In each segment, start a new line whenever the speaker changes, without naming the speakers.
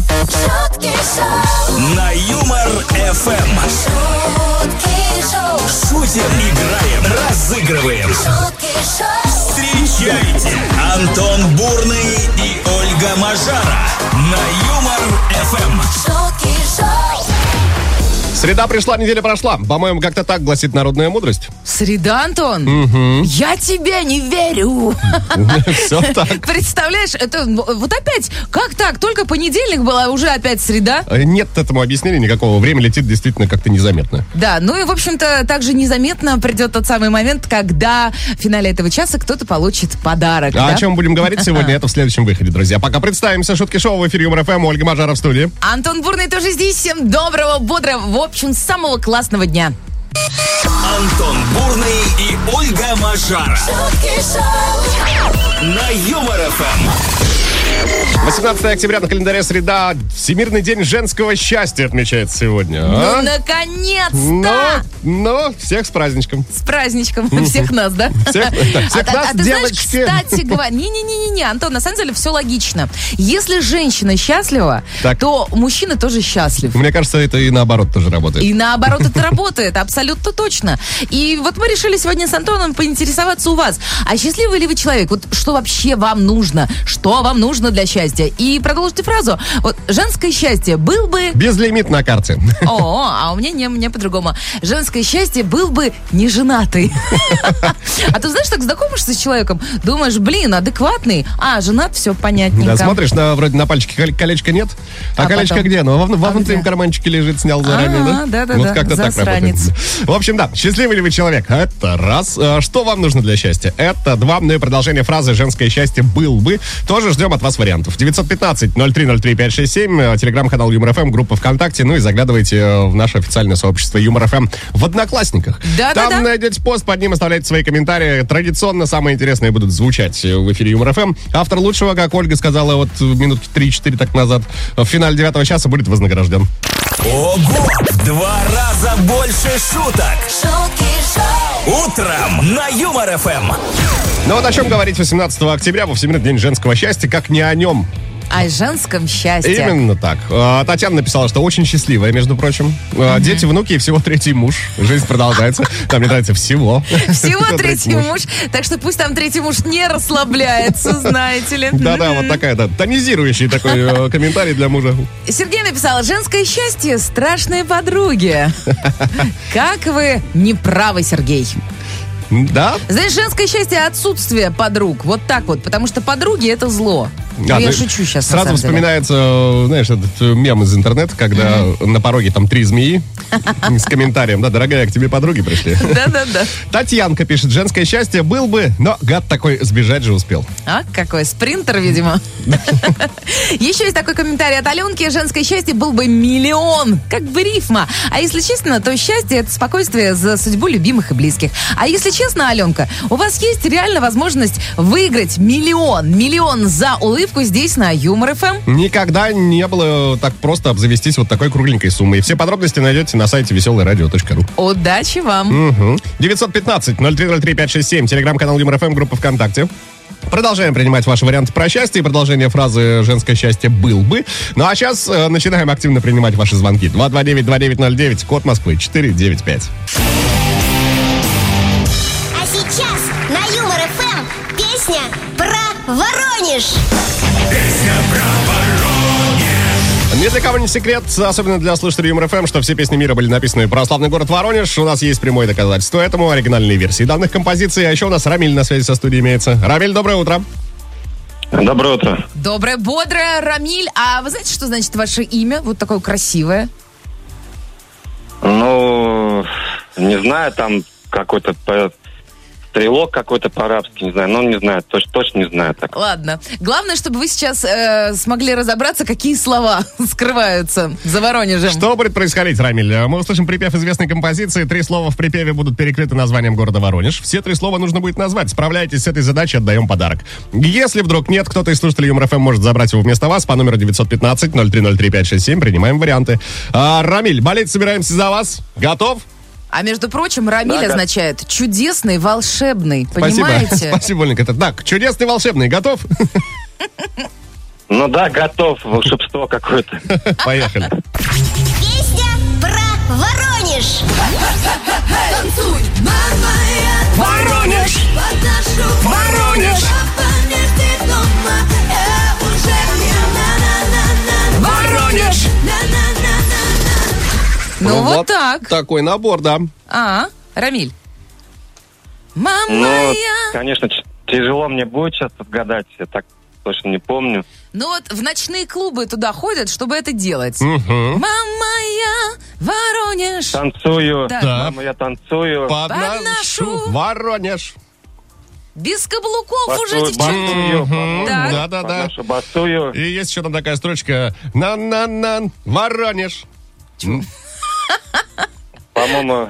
Шутки шоу.
На Юмор ФМ.
Шутки шоу.
Шутим, играем, разыгрываем.
Шутки шоу.
Встречайте Антон Бурный и Ольга Мажара на Юмор Эм. ФМ.
Шутки шоу.
Среда пришла, неделя прошла. По-моему, как-то так гласит народная мудрость.
Среда, Антон? Я тебе не верю.
Все так.
Представляешь, это м, вот опять, как так? Только понедельник была, а уже опять среда.
Э, Нет этому объяснения никакого. Время летит действительно как-то незаметно.
Да, ну и, в общем-то, также незаметно придет тот самый момент, когда в финале этого часа кто-то получит подарок.
А
да?
о чем будем говорить сегодня, это в следующем выходе, друзья. Пока представимся. Шутки шоу в эфире Юмор ФМ. Ольга Мажара в студии.
Антон Бурный тоже здесь. Всем доброго, бодрого, в общем, самого классного дня.
Антон Бурный и Ольга Мажара
Шутки шоу.
на Юмор Эм. ФМ.
18 октября на календаре среда. Всемирный день женского счастья отмечается сегодня. а?
Ну, наконец-то!
Но, но всех с праздничком.
С праздничком всех нас, да?
Всех- да, всех
А- а-
нас,
а ты знаешь,
девочки.
кстати говоря, не-не-не-не, Антон, на самом деле все логично. Если женщина счастлива,
Так.
то мужчина тоже счастлив.
Мне кажется, это и наоборот тоже работает.
И наоборот, это работает, абсолютно точно. И вот мы решили сегодня с Антоном поинтересоваться у вас, а счастливый ли вы человек? Вот что вообще вам нужно? Что вам нужно для счастья? И продолжите фразу. Вот женское счастье был бы...
Безлимит на карте.
О, а у меня не, у меня по-другому. Женское счастье был бы не женатый. А ты знаешь, так знакомишься с человеком, думаешь, блин, адекватный, а женат, все
Да,
понятненько.
смотришь, на, вроде на пальчике кол- колечко нет. А,
А
колечко
потом?
где? Ну, во, во
А
внутреннем
где?
карманчике лежит, снял заранее,
А,
да?
да-да-да,
Вот как-то так работает.
засранец.
В общем, да, счастливый ли вы человек? Это раз. А, Что вам нужно для счастья? Это два. Ну и продолжение фразы «женское счастье был бы». Тоже ждем от вас вариантов. 915-0303-567, э, телеграм-канал Юмор-ФМ, группа ВКонтакте. Ну и заглядывайте э, в наше официальное сообщество Юмор-ФМ в Одноклассниках.
Да-да-да.
Там найдете пост, под ним оставляйте свои комментарии. Традиционно самые интересные будут звучать э, в эфире Юмор ФМ. Автор лучшего, как Ольга сказала вот э, минут 3-4 так назад, в финале девятого часа будет вознагражден.
Ого! В два раза больше шуток!
Шутки шоу.
Утром на Юмор Эм. ФМ!
Ну вот о чем говорить 18 октября во Всемирный день женского счастья, как не о нем.
О женском счастье.
Именно так. Э, Татьяна написала, что очень счастливая, между прочим. Э, Дети, внуки и всего третий муж. Жизнь продолжается. Там мне нравится всего.
Всего
Третий
третий муж. Так что пусть там третий муж не расслабляется, знаете ли.
Да-да, вот такая, да, тонизирующий такой э, комментарий для мужа.
Сергей написал, женское счастье – страшные подруги. Как вы не правы, Сергей.
Да,
Знаешь, женское счастье – отсутствие подруг. Вот так вот, потому что подруги – это зло. Ну,
А,
я
ну,
шучу сейчас,
Сразу
на самом деле.
вспоминается, э, знаешь, этот э, мем из интернета, когда на пороге там три змеи с комментарием, да, дорогая, к тебе подруги пришли.
Да-да-да.
Татьянка пишет, женское счастье был бы, но гад такой сбежать же успел.
А, какой спринтер, видимо. Еще есть такой комментарий от Аленки. Женское счастье был бы миллион. Как бы рифма. А если честно, то счастье – это спокойствие за судьбу любимых и близких. А если честно, Аленка, у вас есть реально возможность выиграть миллион. Миллион за улыбку здесь на Эм. Юмор-ФМ.
Никогда не было так просто обзавестись вот такой кругленькой суммой. Все подробности найдете на сайте веселорадио.ру.
Удачи вам.
Мгм. 915-0303-567, телеграм-канал ЮморФМ, группа ВКонтакте. Продолжаем принимать ваши варианты про счастье и продолжение фразы «женское счастье был бы». Ну а сейчас э, начинаем активно принимать ваши звонки. 229-2909, код Москвы, 495.
А сейчас на Юмор ФМ песня про Воронеж.
Ни для кого не секрет, особенно для слушателей ЮморФМ, что все песни мира были написаны про славный город Воронеж. У нас есть прямое доказательство этому, оригинальные версии данных композиций. А еще у нас Рамиль на связи со студией имеется. Рамиль, доброе утро.
Доброе утро.
Доброе, бодрое, Рамиль. А вы знаете, что значит ваше имя? Вот такое красивое.
Ну, не знаю, там какой-то по- стрелок какой-то по-арабски, не знаю, но не знаю, точно, точно не знаю так.
Ладно. Главное, чтобы вы сейчас э, смогли разобраться, какие слова скрываются за Воронежем.
Что будет происходить, Рамиль? Мы услышим припев известной композиции. Три слова в припеве будут перекрыты названием города Воронеж. Все три слова нужно будет назвать. Справляйтесь с этой задачей, отдаем подарок. Если вдруг нет, кто-то из слушателей Юмор ФМ может забрать его вместо вас по номеру 915-0303-567. Принимаем варианты. А, Рамиль, болеть собираемся за вас. Готов?
А между прочим, Рамиль
Да, да.
означает чудесный, волшебный.
Спасибо.
Понимаете?
Спасибо, Оленька. Так, чудесный волшебный. Готов?
Ну да, готов. Волшебство какое-то.
Поехали.
Песня про Воронеж.
Танцуй, мама, я
Воронеж!
подношу
Воронеж!
Папа, нет, ты дома Я уже не на-на-на-на
Воронеж!
На-на-на-на-на
Ну, вот, так.
Такой набор, да.
А, Рамиль. Мама
Ну,
я...
конечно, ч- тяжело мне будет сейчас отгадать. Я так точно не помню.
Ну вот в ночные клубы туда ходят, чтобы это делать. Мама я, Воронеж.
Танцую.
Да.
Мама, я танцую.
Под
Подношу.
нашу Воронеж.
Без каблуков уже,
Басую,
девчонки.
басую,
Мгм.
Так.
Да-да-да.
Нашу басую.
И есть еще там такая строчка. На-на-на, Воронеж.
По-моему,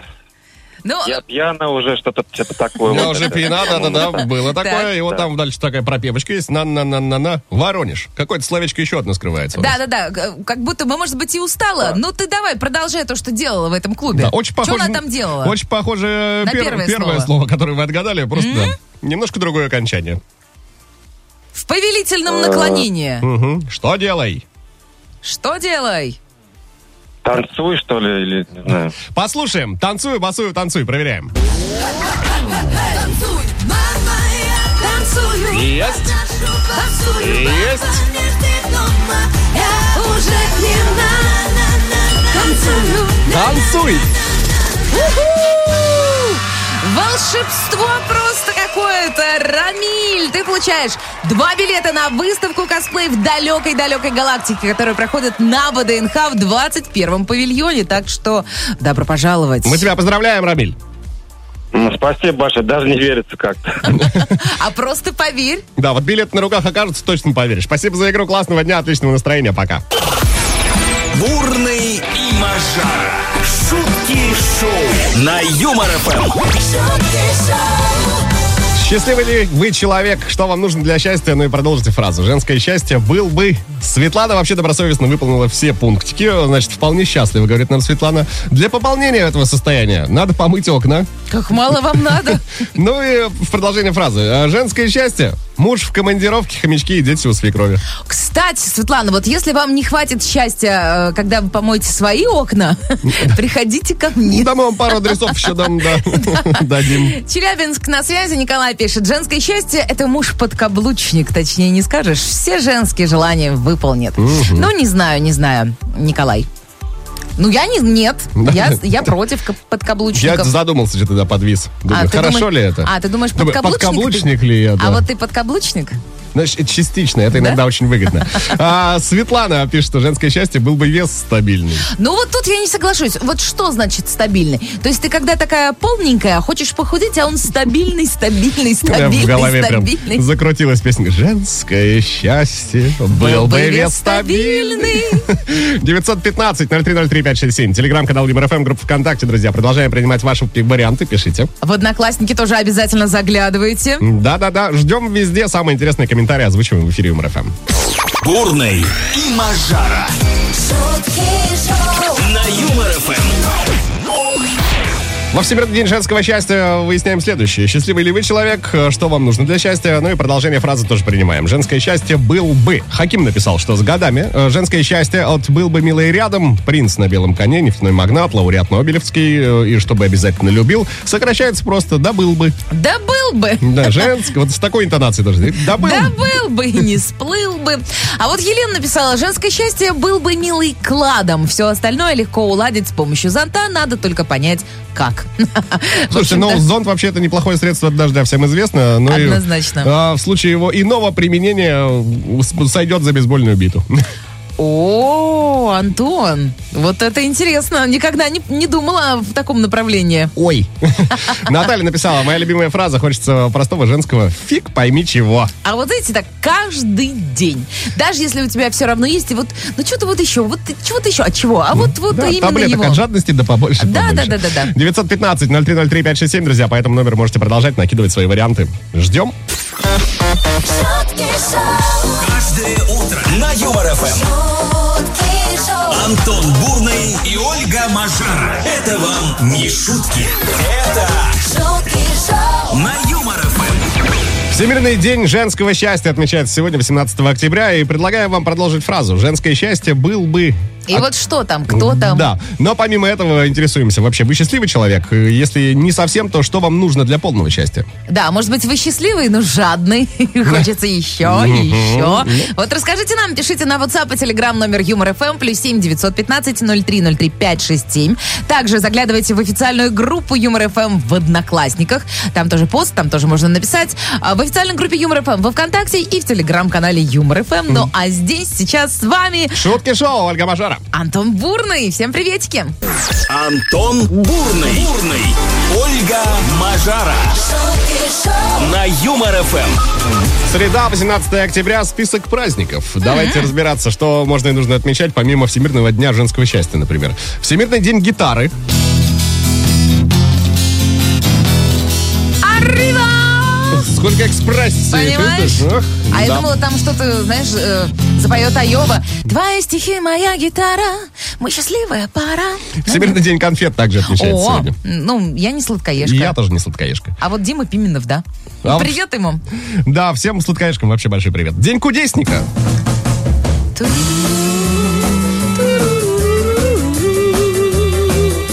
Ну,
я пьяна уже, что-то что-то такое.
Я
Вот
уже
это.
пьяна, да-да-да, было такое.
Так.
И вот
Да.
там дальше такая пропевочка есть. На-на-на-на-на, Воронеж. Какое-то словечко еще одно скрывается. у нас.
да, да, да. г- Как будто бы, может быть, и устала. Ну ты давай, продолжай то, что делала в этом клубе.
Да, очень похоже.
Что она там делала?
Очень похоже
На
пер-
первое
первое,
слово.
слово. которое вы отгадали, просто да, немножко другое окончание.
В повелительном наклонении.
Мгм. Что делай?
Что делай?
Танцуй, что ли, или не знаю.
Послушаем. Танцую, басую, танцуй. Проверяем.
Танцуй, мама, я танцую
Есть.
Подношу, басую
Есть.
Папа, нет, ты дома Я уже не на-на-на-на Танцую
Танцуй!
Волшебство просто какое-то! Рамиль, ты получаешь два билета на выставку косплей в далекой-далекой галактике, которая проходит на ВДНХ в 21-м павильоне. Так что добро пожаловать.
Мы тебя поздравляем, Рамиль.
М, Спасибо Баша, даже не верится как-то.
А просто поверь.
Да, вот билет на руках окажется, точно поверишь. Спасибо за игру, классного дня, отличного настроения, пока.
Бурный и Мажара. Шутки шоу на Юмор Эм. ФМ.
Шутки шоу
Счастливый ли вы человек? Что вам нужно для счастья? Ну и продолжите фразу. Женское счастье был бы... Светлана вообще добросовестно выполнила все пунктики. Значит, вполне счастлива, говорит нам Светлана. Для пополнения этого состояния надо помыть окна.
Как мало вам надо.
Ну и в продолжение фразы. Э, Женское счастье. Муж в командировке, хомячки и дети у свекрови.
Кстати, Светлана, вот если вам не хватит счастья, э, когда вы помоете свои окна, приходите ко
Ну,
мне.
да мы вам пару адресов еще дам, да, дадим.
Челябинск на связи, Николай пишет. Женское счастье – это муж-подкаблучник, точнее не скажешь. Все женские желания выполнит. Ну, не знаю, не знаю, Николай. Ну, я не, нет, я, я против ка-
Я
подкаблучников.
задумался, что ты да, подвис. Думаю,
ты
хорошо
думаешь-
ли это?
А, ты думаешь,
Думаю,
подкаблучник? ты?
подкаблучник ли я, да.
А вот ты подкаблучник?
Значит, это частично, это иногда очень выгодно. А, Светлана пишет, что женское счастье был бы вес стабильный.
Ну вот тут я не соглашусь. Вот что значит стабильный? То есть ты когда такая полненькая, хочешь похудеть, а он стабильный, стабильный,
У меня
стабильный,
в голове
стабильный.
прям закрутилась песня. Женское счастье был бы вес стабильный. 915-0303-567. Телеграм-канал ЮморФМ, Эм, группа ВКонтакте, друзья. Продолжаем принимать ваши варианты, пишите.
В Одноклассники тоже обязательно заглядывайте.
Да-да-да, ждем везде. Самые интересные комментарии озвучиваем в эфире Эм. ЮморФМ.
Бурный и Мажара
Шутки шоу
на Юмор ФМ.
Во Всемирный день женского счастья выясняем следующее. Счастливый ли вы человек? Э, Что вам нужно для счастья? Ну и продолжение фразы тоже принимаем. Женское счастье был бы. Хаким написал, что с годами э, женское счастье от «Был бы милый рядом», «Принц на белом коне», «Нефтяной магнат», «Лауреат Нобелевский» э, и «Чтобы обязательно любил» сокращается просто «Да был бы».
Да был бы.
Да, женское, вот с такой интонацией должен быть. «Да был».
Да был бы, и не сплыл бы. А вот Елена написала, женское счастье был бы милый кладом. Все остальное легко уладить с помощью зонта, надо только понять, как. В
Слушайте,
общем-то,
ну зонт вообще это неплохое средство от дождя, всем известно. но и,
Однозначно.
а, в случае его иного применения э, с- сойдет за бейсбольную биту.
О, Антон, вот это интересно. Никогда не, не думала в таком направлении.
Ой. Наталья написала, моя любимая фраза, хочется простого женского. Фиг пойми чего.
А вот эти так каждый день. Даже если у тебя все равно есть, и вот, ну что-то вот еще, вот чего-то еще, от чего? А вот, вот
Ну Да,
именно
таблеток
его.
от жадности да побольше.
Да,
побольше.
да, да, да, да.
915-0303-567, друзья, по этому номеру можете продолжать накидывать свои варианты. Ждем.
Шутки шоу
Каждое утро на Юмор ФМ.
Шутки шоу
Антон Бурный и Ольга Мажара. Это вам не шутки. Это
Шутки шоу
на Юмор ФМ.
Всемирный день женского счастья отмечается сегодня, 18 октября, и предлагаю вам продолжить фразу. Женское счастье был бы...
И
от-
вот что там, кто там?
Да, но помимо этого интересуемся вообще, вы счастливый человек? Если не совсем, то что вам нужно для полного счастья?
Да, может быть, вы счастливый, но жадный. Хочется еще и еще. Вот расскажите нам, пишите на WhatsApp и Telegram номер Юмор ФМ плюс 7 915 0303 567. Также заглядывайте в официальную группу Юмор ФМ в Одноклассниках. Там тоже пост, там тоже можно написать. А В официальной группе Юмор ФМ во Вконтакте и в Телеграм-канале Юмор ФМ. Ну а здесь сейчас с вами
Шутки шоу, Ольга Мажара.
Антон Бурный. Всем приветики.
Антон Бурный. Бурный. Ольга Мажара. На Юмор ФМ.
Среда, 18 октября, список праздников. Давайте разбираться, что можно и нужно отмечать, помимо Всемирного дня женского счастья, например. Всемирный день гитары.
Арриба!
Сколько экспрессии.
Понимаешь?
ты знаешь?
А я
Да.
думала, там что-то, знаешь, э, запоет Айова. Твои стихи, моя гитара, мы счастливая пара.
Всемирный день конфет также отмечается
О,
сегодня.
ну, я не сладкоежка.
Я тоже не сладкоежка.
А вот Дима Пименов, да.
А вот-
Привет ему.
Да, всем сладкоежкам вообще большой привет. День кудесника.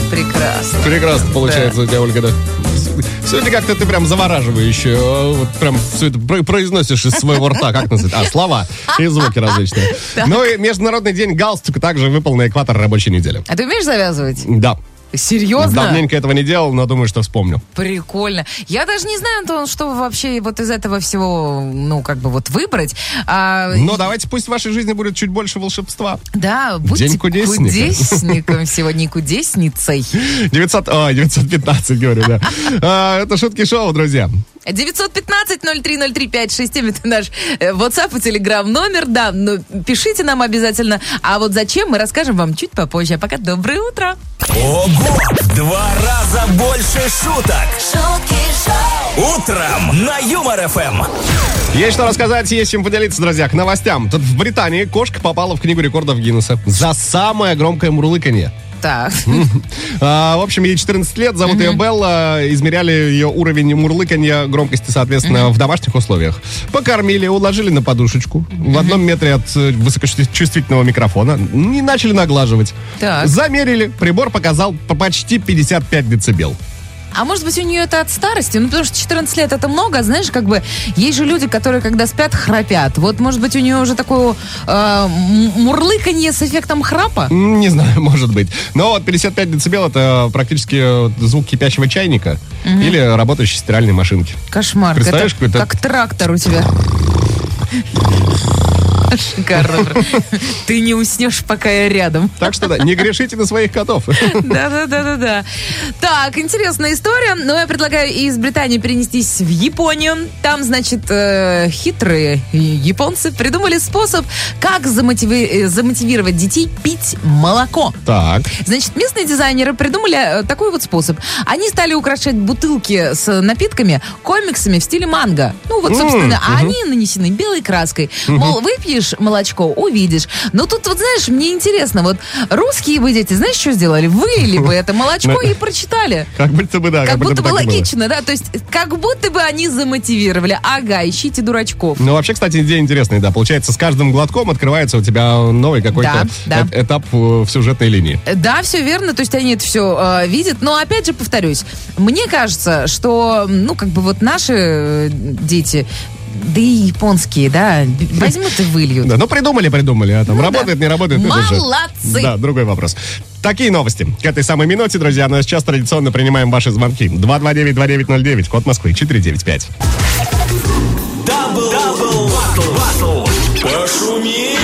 Прекрасно.
Прекрасно получается у тебя, Ольга, да. Сегодня как-то ты прям завораживающе, э, вот прям все это про- произносишь из своего рта, как называется, а, слова и звуки различные. Ну и Международный день галстука также выпал на экватор рабочей недели.
А ты умеешь завязывать?
Да.
Серьезно?
Давненько этого не делал, но думаю, что вспомню.
Прикольно. Я даже не знаю, Антон, что вообще вот из этого всего, ну, как бы вот выбрать. А,
Но Ну, давайте пусть в вашей жизни будет чуть больше волшебства.
Да, будьте
День кудесника.
кудесником сегодня и кудесницей.
900, ой, 915, говорю, да. А, Это шутки шоу, друзья.
915-0303-567 это наш э, WhatsApp и Telegram номер, да, но пишите нам обязательно. А вот зачем, мы расскажем вам чуть попозже. А пока доброе утро.
Ого! В Два раза больше шуток. Утром на Юмор ФМ.
Есть что рассказать, есть чем поделиться, друзья. К новостям. Тут в Британии кошка попала в книгу рекордов Гиннесса за самое громкое мурлыканье.
Так,
А, в общем, ей 14 лет, зовут ее Белла. Измеряли ее уровень мурлыканья, громкости, соответственно, в домашних условиях. Покормили, уложили на подушечку в одном метре от э, высокочувствительного микрофона. Не начали наглаживать.
Так.
Замерили. Прибор показал по- почти 55 децибел.
а может быть у нее это от старости? Ну, потому что 14 лет это много, а знаешь, как бы есть же люди, которые когда спят, храпят. Вот, может быть, у нее уже такое э, м- мурлыканье с эффектом храпа?
М, Не знаю, может быть. Но вот 55 децибел это практически э, звук кипящего чайника или работающей стиральной машинки.
Кошмар.
Представляешь,
это
какой-то-
Как трактор у тебя. Шикарно. Ты не уснешь, пока я рядом.
Так что да, не грешите на своих котов.
Да-да-да-да-да. Так, интересная история. Но я предлагаю из Британии перенестись в Японию. Там, значит, э, хитрые японцы придумали способ, как замотиви- э, замотивировать детей пить молоко.
Так.
Значит, местные дизайнеры придумали э, такой вот способ. Они стали украшать бутылки с э, напитками комиксами в стиле манго. Ну вот,
М,
собственно, а они нанесены белой краской. Мол, выпьешь молочко, увидишь. Но тут вот, знаешь, мне интересно, вот русские вы дети, знаешь, что сделали? Вылили бы это молочко и прочитали.
Как будто бы, да.
Как будто
так
бы
и было.
логично, да? То есть, как будто бы они замотивировали. Ага, ищите дурачков.
Ну, вообще, кстати, идея интересная, да. Получается, с каждым глотком открывается у тебя новый какой-то
Да,
э-
да.
этап э, в сюжетной линии.
Да, все верно, то есть они это все видят. Но опять же повторюсь, мне кажется, что, ну, как бы вот наши э, дети, да и японские, да, б- возьмут и выльют.
Да, ну придумали, придумали, а там
Ну да.
работает, не работает. это уже-
Молодцы!
Да, другой вопрос. Такие новости. К этой самой минуте, друзья, но сейчас традиционно принимаем ваши звонки. 229-2909, код Москвы, 495.
Дабл, дабл, батл, батл. Пошумим.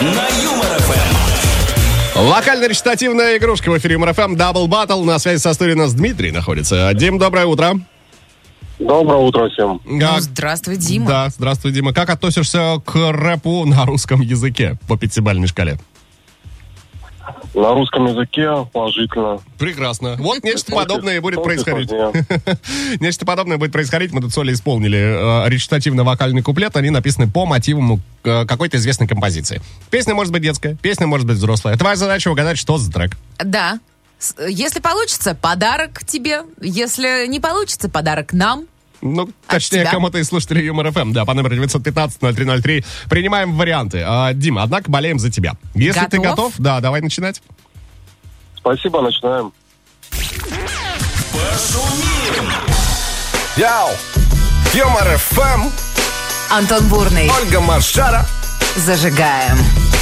На Юмор Эм. ФМ.
Локально-речитативная игрушка в эфире МРФМ Дабл Battle. На связи со студией у нас Дмитрий находится. Дим, доброе утро.
Доброе утро всем.
Ну,
Как-
здравствуй, Дима.
Да, здравствуй, Дима. Как относишься к рэпу на русском языке по пятибалльной шкале?
На русском языке положительно.
Прекрасно. Вот нечто подобное и будет происходить.
Сложнее.
Нечто подобное будет происходить. Мы тут соли исполнили э, речитативно-вокальный куплет. Они написаны по мотивам э, какой-то известной композиции. Песня может быть детская, песня может быть взрослая. Твоя задача угадать, что за трек.
Да. С- Если получится, подарок тебе. Если не получится, подарок нам.
Ну, точнее,
А тебя.
кому-то из слушателей Юмор ФМ, да, по номеру 915-0303. Принимаем варианты. А, Дим, однако болеем за тебя. Если ты готов,
Готов?
да, давай начинать.
Спасибо, начинаем.
Яу! Юмор ФМ,
Антон Бурный.
Ольга Маршара.
Зажигаем.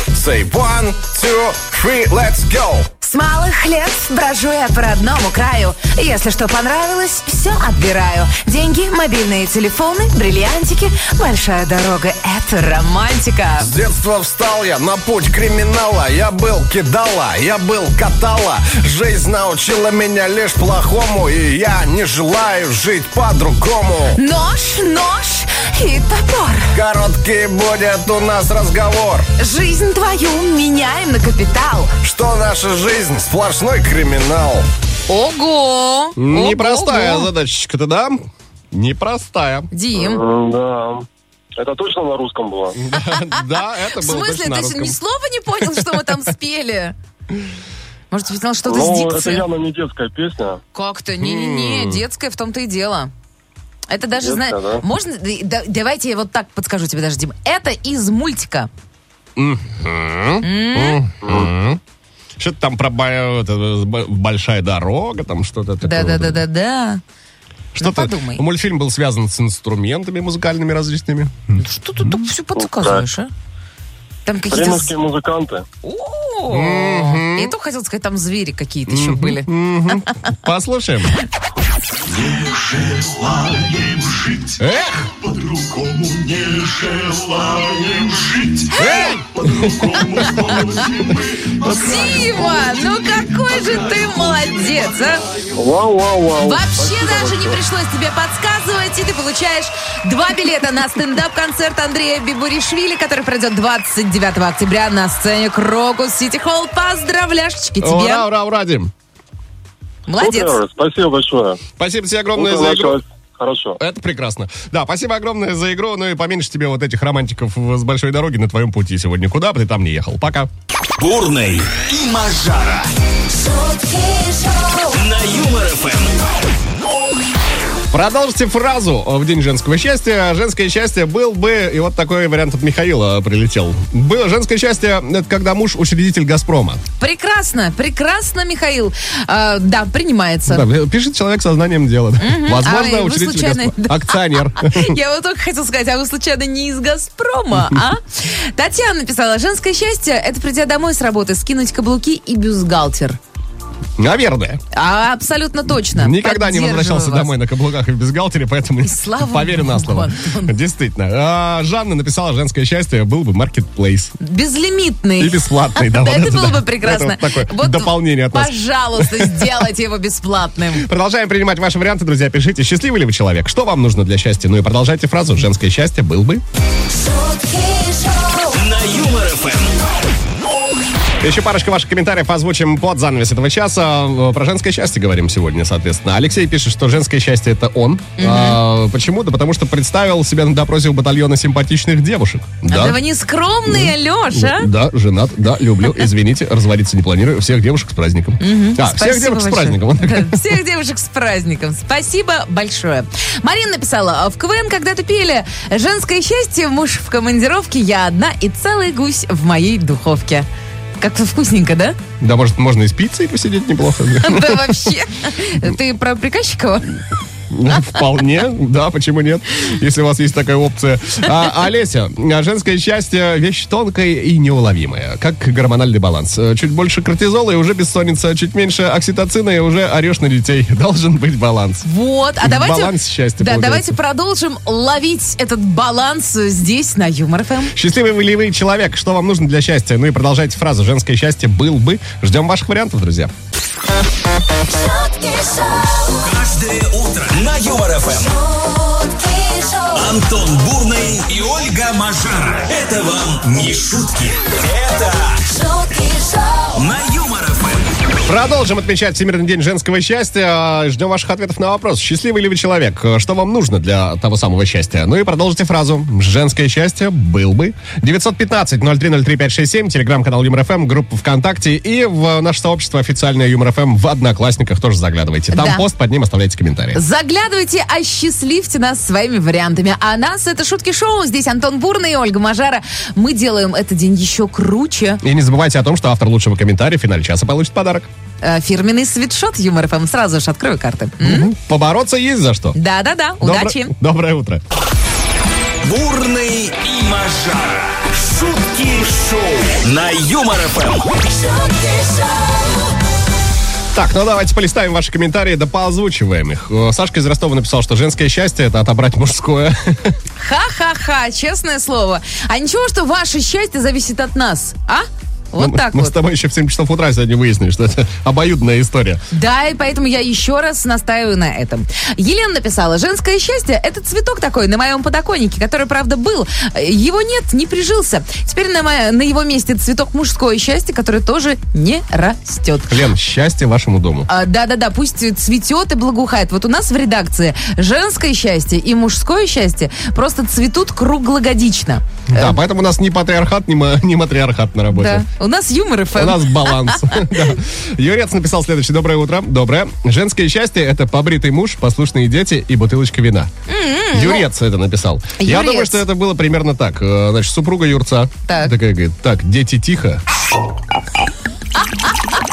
Say one, two, three, let's go!
С малых лет брожу я по родному краю. Если что понравилось, все отбираю. Деньги, мобильные телефоны, бриллиантики. Большая дорога — это романтика.
С детства встал я на путь криминала Я был кидала, я был катала Жизнь научила меня лишь плохому И я не желаю жить по-другому
Нож, нож и топор.
Короткий будет у нас разговор
Жизнь твою меняем на капитал.
Что наша жизнь сплошной криминал
Ого!
Непростая
Ого-го.
задачечка-то, да? Непростая.
Дим,
М, Да. Это точно на русском было?
Да, это
в
было
смысле,
точно на
ты
русском.
ни слова не понял, что мы там спели? Может, ты знал что-то с
Ну, это
дикцией?
явно не детская песня.
Как-то? Не-не-не, детская в том-то и дело. Это даже,
Детская,
знаешь,
да?
можно, да- давайте я вот так подскажу тебе даже, Дим. Это из мультика.
Что-то там про бо- это, бо- большая дорога, там что-то такое.
Да-да-да-да-да.
Что-то.
Ну, подумай.
Мультфильм был связан с инструментами музыкальными различными.
Что ты так все подсказываешь, а? Там какие-то...
Кремлевские музыканты.
О! Я и то хотел сказать, там звери какие-то еще были.
Послушаем. Эх!
По-другому не желаем жить.
Эй!
Дима, ну какой же ты молодец, а?
Вау-вау-вау.
Вообще даже не пришлось тебе подсказывать, и ты получаешь два билета на стендап-концерт Андрея Бибуришвили, который пройдет 29 октября на сцене Крокус Сити Холл. Поздравляшечки тебе.
Ура, ура, ура, Дим.
Молодец.
Супер, спасибо большое.
Спасибо тебе огромное
Утро
Ну за игру.
началось Ну, Хорошо.
Это прекрасно. Да, спасибо огромное за игру. Ну и поменьше тебе вот этих романтиков с большой дороги на твоем пути сегодня. Куда бы ты там не ехал. Пока.
Бурный и Мажара.
шутки шоу,
На Юмор ФМ.
Продолжите фразу в день женского счастья. Женское счастье был бы... И вот такой вариант от Михаила прилетел. Было женское счастье, это когда муж учредитель «Газпрома».
Прекрасно, прекрасно, Михаил. А, да, принимается.
Ну Да, пишет человек со знанием дела. Возможно,
А вы
учредитель
случайно-
«Газпрома». Акционер.
Я вот только хотела сказать, а вы случайно не из «Газпрома», а? Татьяна написала, женское счастье – это придя домой с работы, скинуть каблуки и бюстгальтер.
Наверное.
А, абсолютно точно.
Никогда не
Поддерживаю
возвращался
вас.
домой на каблуках и в бюстгальтере, поэтому
слава
поверю на
богу,
слово.
Антон.
Действительно. А, Жанна написала «Женское счастье» был бы маркетплейс.
Безлимитный.
И бесплатный, да. вот
это было
да.
бы прекрасно.
Это вот такое дополнение от нас.
Пожалуйста, сделайте его бесплатным.
Продолжаем принимать ваши варианты, друзья. Пишите, счастливый ли вы человек, что вам нужно для счастья. Ну и продолжайте фразу «Женское счастье был бы».
шутки шоу,
На Юмор ФМ.
Еще парочка ваших комментариев озвучим под занавес этого часа. Э, Про женское счастье говорим сегодня, соответственно. Алексей пишет, что женское счастье — это он. А, почему? Да потому что представил себя на допросе у батальона симпатичных девушек.
А
Да. Ну,
вы не скромные, Леша.
Да, женат, да, люблю, извините, разводиться не планирую. Всех девушек с праздником. А, всех девушек с праздником. Он такой,
Всех девушек с праздником. Спасибо большое. Марина написала, «А в КВН когда-то пели «Женское счастье, муж в командировке, я одна и целый гусь в моей духовке». Как-то вкусненько, да?
Да, может, можно и с пиццей посидеть неплохо.
Да вообще. Ты про Приказчикова?
Вполне, да, почему нет, если у вас есть такая опция. А, Олеся, а, женское счастье – вещь тонкая и неуловимая, как гормональный баланс. Э, Чуть больше кортизола и уже бессонница, чуть меньше окситоцина и уже орешь на детей. Должен быть баланс.
Вот, а давайте...
Баланс счастья
Да,
получается.
давайте продолжим ловить этот баланс здесь, на Юмор ФМ.
Счастливый вы ли вы человек? Что вам нужно для счастья? Ну и продолжайте фразу «Женское счастье был бы». Ждем ваших вариантов, друзья.
шутки шоу,
Каждое утро на Юмор ФМ.
шутки шоу,
Антон Бурный и Ольга Мажара. Это вам не шутки. Это
шутки шоу.
на Юмор ФМ.
Продолжим отмечать Всемирный день женского счастья. Э, Ждем ваших ответов на вопрос. Счастливый ли вы человек? Э, Что вам нужно для того самого счастья? Ну и продолжите фразу. Женское счастье был бы. 915-0303-567, телеграм-канал Юмор ФМ, группа ВКонтакте и в наше сообщество официальное Юмор ФМ в Одноклассниках тоже заглядывайте. Там
Да.
пост, под ним оставляйте комментарии.
Заглядывайте, осчастливьте нас своими вариантами. А нас это Шутки Шоу. Здесь Антон Бурный и Ольга Мажара. Мы делаем этот день еще круче.
И не забывайте о том, что автор лучшего комментария в финале часа получит подарок.
Э, Фирменный свитшот Юмор ФМ. Сразу же открою карты. М?
Побороться есть за что.
Да-да-да,
Добро-
удачи.
Доброе утро.
Бурный и Мажара. Шутки шоу на Юмор ФМ.
шутки шоу,
Так, ну давайте полистаем ваши комментарии, да поозвучиваем их. Э, Сашка из Ростова написал, что женское счастье — это отобрать мужское.
Ха-ха-ха, честное слово. А ничего, что ваше счастье зависит от нас, а? Вот
Мы-
так
Ну, Мы
вот.
с тобой еще в 7 часов утра сегодня выяснили, что это обоюдная история.
Да, и поэтому я еще раз настаиваю на этом. Елена написала, женское счастье – это цветок такой на моем подоконнике, который, правда, был. Э, Его нет, не прижился. Теперь на, мо- на его месте цветок мужское счастье, который тоже не растет.
Лен, счастье вашему дому.
А, Да-да-да, пусть цветет и благоухает. Вот у нас в редакции женское счастье и мужское счастье просто цветут круглогодично.
Да, поэтому у нас не патриархат, не, ма- не матриархат на работе.
Э, Да. У нас юмор эм. ФМ.
У нас баланс. Да. Юрец написал следующее. Доброе утро. Доброе. Женское счастье — это побритый муж, послушные дети и бутылочка вина. Юрец это написал. Я
М-м, ну. Юрец.
думаю, что это было примерно так. Э, Значит, супруга Юрца
Так.
такая говорит, так, дети, тихо.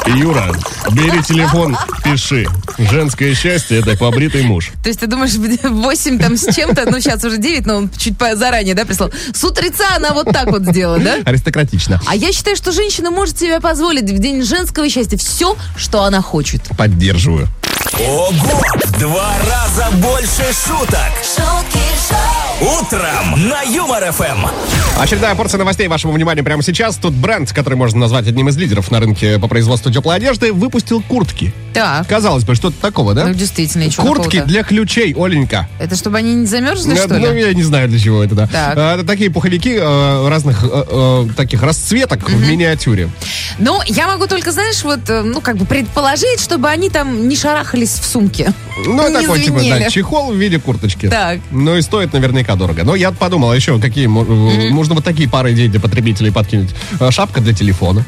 Юра, бери телефон, пиши. Женское счастье — это побритый муж.
То есть ты думаешь, 8 там с чем-то, ну сейчас уже 9, но он чуть по- заранее, да, прислал. С утреца она вот так вот сделала, да?
Аристократично.
А я считаю, что женщина может себе позволить в день женского счастья все, что она хочет.
Поддерживаю.
Ого! В два раза больше шуток.
шутки шоу,
Утром на Юмор ФМ.
Очередная порция новостей вашему вниманию прямо сейчас. Тут бренд, который можно назвать одним из лидеров на рынке по производству теплой одежды, выпустил куртки.
Так.
Казалось бы, что-то такого, да?
Ну, действительно, и чё
Куртки
такого-то?
для ключей, Оленька.
Это чтобы они не замерзли,
Э,
что
ну,
ли?
я не знаю, для чего это, да.
Так.
Э, это такие пуховики э, разных э, э, таких расцветок в миниатюре.
Ну, я могу только, знаешь, вот, э, ну, как бы предположить, чтобы они там не шарахались в сумке.
Ну,
Не
такой, типа, да,
звенели.
чехол в виде курточки.
Так.
Ну, и стоит наверняка дорого. Но я подумал, а еще какие... мо- э, Можно вот такие пары идей для потребителей подкинуть. Э, Шапка для телефона.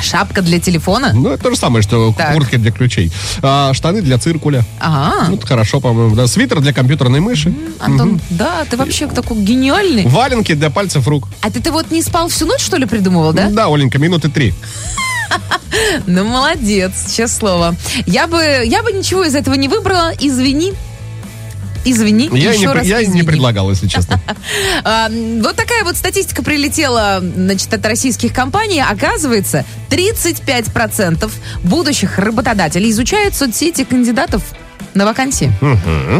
Шапка для телефона?
Ну, это то же самое, что
Так.
куртки для ключей. А, штаны для циркуля. Ну,
Ага.
это хорошо, по-моему, да. Свитер для компьютерной мыши.
Антон, да, ты вообще такой гениальный.
Валенки для пальцев рук.
А ты, ты вот не спал всю ночь, что ли, придумывал, да?
Да, Оленька, минуты три.
Ну, молодец, честное слово. Я бы, я бы ничего из этого не выбрала. Извини. Извини.
Я, и
еще
не, пр-
раз
я и не
извини.
предлагал, если честно.
А, м, вот такая вот статистика прилетела, значит, от российских компаний. Оказывается, 35% будущих работодателей изучают соцсети кандидатов на вакансии.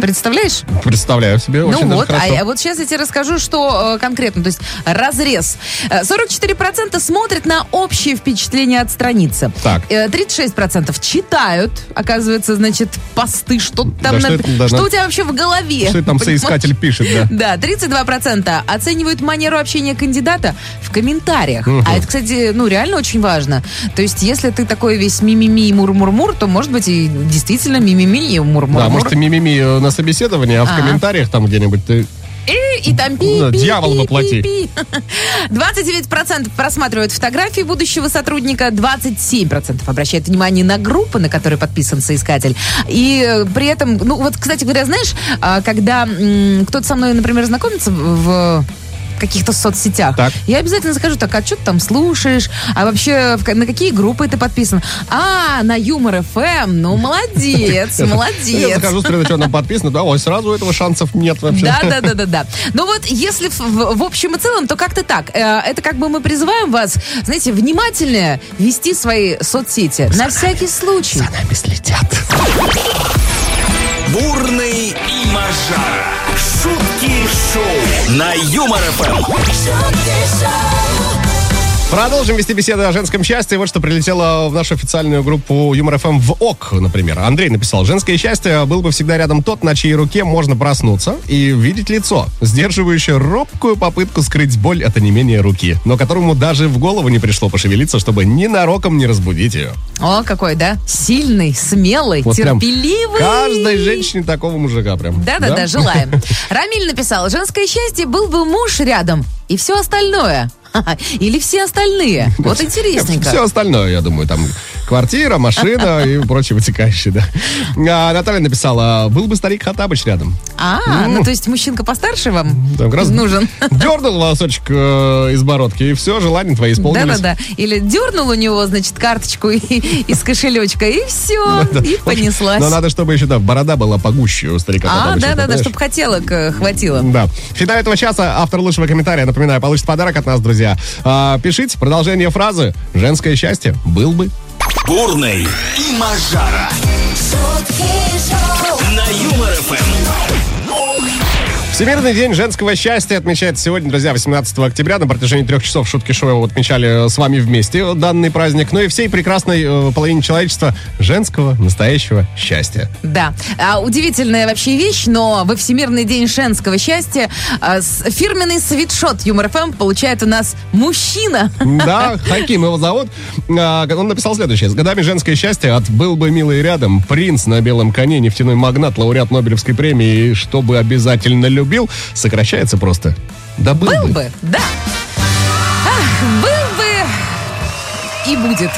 Представляешь?
Представляю себе, очень
ну
даже
вот, а,
хорошо.
я- вот сейчас я тебе расскажу, что э, конкретно, то есть разрез. Э, 44% смотрят на общее впечатление от страницы.
Так.
Э, 36% читают, оказывается, значит, посты, что там,
что
нап-
это, да,
что
да.
у тебя вообще в голове.
Что это там
Понимаешь?
соискатель пишет, да?
Да, 32% оценивают манеру общения кандидата в комментариях.
Мгм.
А это, кстати, ну реально очень важно. То есть, если ты такой весь мимими и мур-мур-мур, то, может быть, и действительно мимими и мур-мур-мур.
Да, может, ты мимими э, на собеседовании, а в
А.
комментариях там где-нибудь ты...
Э, И, и там пи,
Да,
пи,
дьявол
пи,
во плоти.
пи, пи. 29% просматривают фотографии будущего сотрудника, 27% обращают внимание на группы, на которые подписан соискатель. И э, при этом, ну вот, кстати говоря, знаешь, а, когда м, кто-то со мной, например, знакомится в в каких-то соцсетях.
Так.
Я обязательно захожу, так, а что ты там слушаешь? А вообще, в ка- на какие группы ты подписан? А, на Юмор ФМ. Ну, молодец,
Я
молодец.
захожу, смотрю, что она подписана, да, ой, сразу этого шансов нет вообще.
Да, да, да, да, да. Ну вот, если в, в- в общем и целом, то как-то так. Э, Это как бы мы призываем вас, знаете, внимательнее вести свои соцсети. На всякий случай.
Бурный и Мажара. Шутки шоу на Юмор ФМ.
шутки шоу.
Продолжим вести беседы о женском счастье. Вот что прилетело в нашу официальную группу Юмор ФМ в ОК, например. Андрей написал, женское счастье был бы всегда рядом тот, на чьей руке можно проснуться и видеть лицо, сдерживающее робкую попытку скрыть боль от онемения руки, но которому даже в голову не пришло пошевелиться, чтобы ненароком не разбудить ее.
О, какой, да? Сильный, смелый,
Вот прям
терпеливый.
Каждой женщине такого мужика прям.
Да-да-да, желаем. Рамиль написал, женское счастье был бы муж рядом и все остальное. Ха-ха. Или все остальные. Вот интересненько.
Все остальное, я думаю, там квартира, машина и прочее вытекающее, да. А, Наталья написала, был бы старик Хатабыч рядом.
А, ну то есть мужчинка постарше вам
Там как раз
нужен?
Дернул волосочек э, из бородки, и все, желания твои исполнились.
Да-да-да. Или дернул у него, значит, карточку и- из кошелечка, и все, и понеслась.
Но надо, чтобы еще, да, борода была погуще у старика
А,
Хатабыча,
да-да-да,
понимаешь?
чтобы хотелок э, хватило.
Да. В финале этого часа автор лучшего комментария, напоминаю, получит подарок от нас, друзья. А, пишите продолжение фразы «Женское счастье был бы».
Бурный и Мажара.
шутки шоу,
На Юмор Эм. ФМ.
Всемирный день женского счастья отмечается сегодня, друзья, 18 октября. На протяжении трех часов шутки шоу отмечали э, с вами вместе данный праздник. Ну и всей прекрасной э, половине человечества женского настоящего счастья.
Да. А, удивительная вообще вещь, но во Всемирный день женского счастья а, с- фирменный свитшот Юмор ФМ получает у нас мужчина.
Да, Хаким его зовут. А, Он написал следующее. С годами женское счастье от «Был бы милый рядом», «Принц на белом коне», «Нефтяной магнат», «Лауреат Нобелевской премии», и «Что бы обязательно любил» сокращается просто. Да был,
Был
бы.
бы, да. Ах, был бы и будет.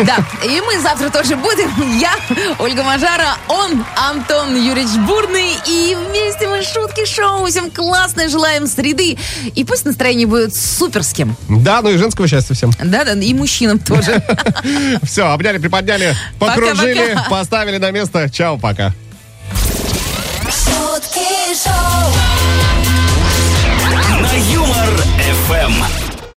Да, и мы завтра тоже будем. Я, Ольга Мажара, он, Антон Юрьевич Бурный. И вместе мы шутки шоу. Всем классной желаем среды. И пусть настроение будет суперским.
Да, ну и женского счастья всем.
Да, да, и мужчинам тоже.
Все, обняли, приподняли, покружили, поставили на место. Чао, пока.
шутки шоу.
На Юмор ФМ.